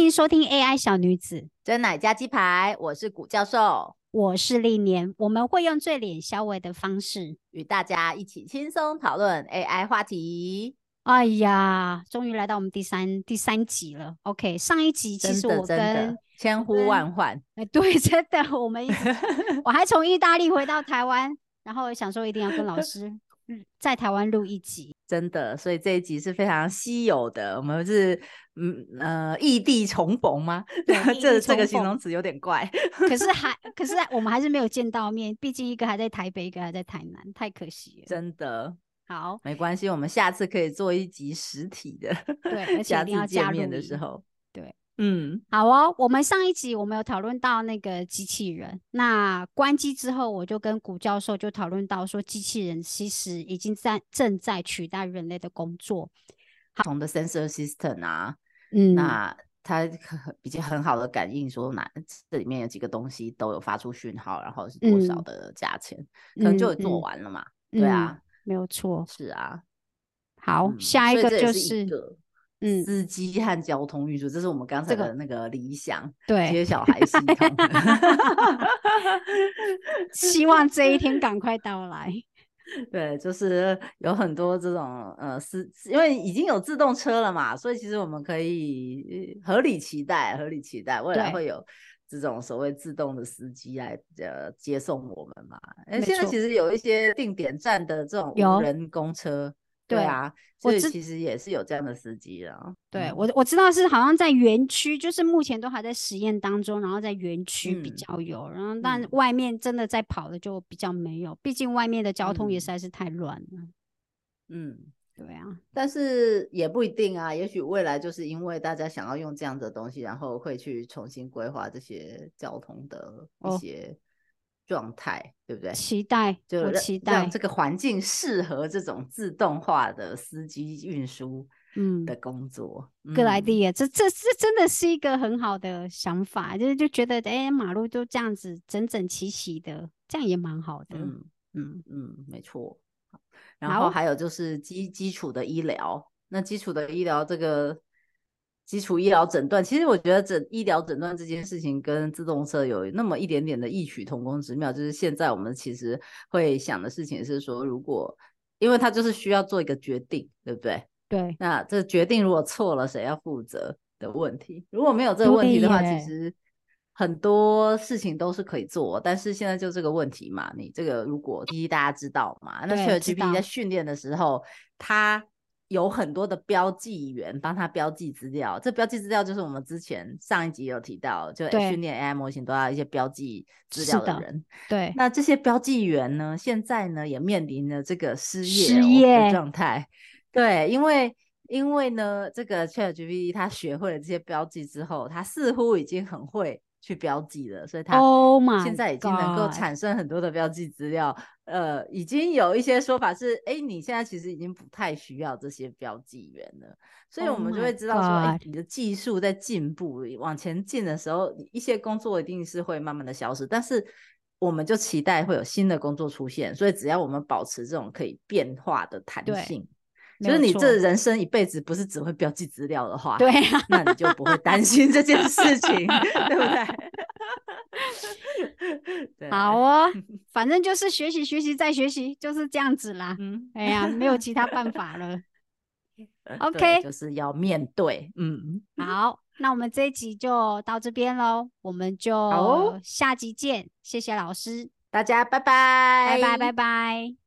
迎收听 AI 小女子，真奶加鸡排，我是古教授，我是历年，我们会用最脸消微的方式。与大家一起轻松讨论 AI 话题。哎呀，终于来到我们第三第三集了。OK，上一集其真实的我真的跟千呼万唤，哎对，真的我 们一直我还从意大利回到台湾，然后想说一定要跟老 师嗯在台湾录一集。真的，所以这一集是非常稀有的。我们是嗯呃异地重逢吗？ 对异这地这重个形逢容词有点怪。 可是还可是我们还是没有见到面，毕竟一个还在台北，一个还在台南，太可惜了。真的好，没关系，我们下次可以做一集实体的， 对而且下一定要次加见面录的音时候，对，嗯，好哦，我们上一集我们有讨论到那个机器人，那关机之后，我就跟古教授就讨论到说，机器人其实已经在正在取代人类的工作。不同的 sensor system 啊，嗯，那它可比较很好的感应说哪这里面有几个东西都有发出讯号，然后是多少嗯的价钱，可能就有嗯做嗯完了嘛。对啊嗯，没有错。是啊。好，嗯下所一以个这也就是一个嗯，司机和交通运输，这是我们刚才这个的那个理想，接对，小孩系统。 希望这一天赶快到来。对，就是有很多这种呃司，因为已经有自动车了嘛，所以其实我们可以呃合理期待，合理期待未来对会有这种所谓自动的司机来呃接送我们嘛。哎，没现在错其实有一些定点站的这种有无人公车，对对啊，我所以知其实也是有这样的司机啊。对嗯我我知道是好像在园区，就是目前都还在实验当中，然后在园区比嗯较有，然后但嗯外面真的在跑的就比较没有，毕竟外面的交通也嗯实在是太乱了。嗯。对啊，但是也不一定啊，也许未来就是因为大家想要用这样的东西，然后会去重新规划这些交通的一哦些状态，对不对？期待，就我让期让待，这个环境适合这种自动化的司机运输嗯的，工作。 good 嗯 idea，、这这这真的是一个很好的想法，就是就觉得哎、马路都这样子整整齐齐的，这样也蛮好的。嗯嗯，嗯，没错。然好后还有就是基基础的医疗，那基础的医疗这个基础医疗诊断，其实我觉得诊医疗诊断这件事情跟自动车有那么一点点的异曲同工之妙，就是现在我们其实会想的事情是说，如果因为它就是需要做一个决定，对不对？对，那这决定如果错了，谁要负责的问题？如果没有这个问题的话，对耶其实很多事情都是可以做。但是现在就这个问题嘛，你这个如果第一大家知道嘛，那对 ChatGPT 知道在训练的时候，它有很多的标记员帮它标记资料。这标记资料就是我们之前上一集有提到，就对训练 AI 模型都要一些标记资是料的的人。对，那这些标记员呢，现在呢也面临了这个失业失哦业的状态。对，因为因为呢，这个 ChatGPT 它学会了这些标记之后，它似乎已经很会去标记了，所以它 Oh my 现在已经能够 God 产生很多的标记资料。呃，已经有一些说法是，哎，你现在其实已经不太需要这些标记员了。所以 Oh 我们就 my 会知道说，哎 God，你的技术在进步，往前进的时候，一些工作一定是会慢慢的消失，但是我们就期待会有新的工作出现。所以只要我们保持这种可以变化的弹对性，没就是有你错这人生一辈子不是只会标记资料的话，对啊，那你就不会担心这件 事情，对 不对？对，好， 哦，反正就是学习学习再学习，就是这样子啦。嗯，哎呀，没有其他办法了。 对 OK 就是要面对，嗯，好，那我们这一集就到这边喽，我们就哦下集见，谢谢老师，大家拜拜拜，拜拜拜。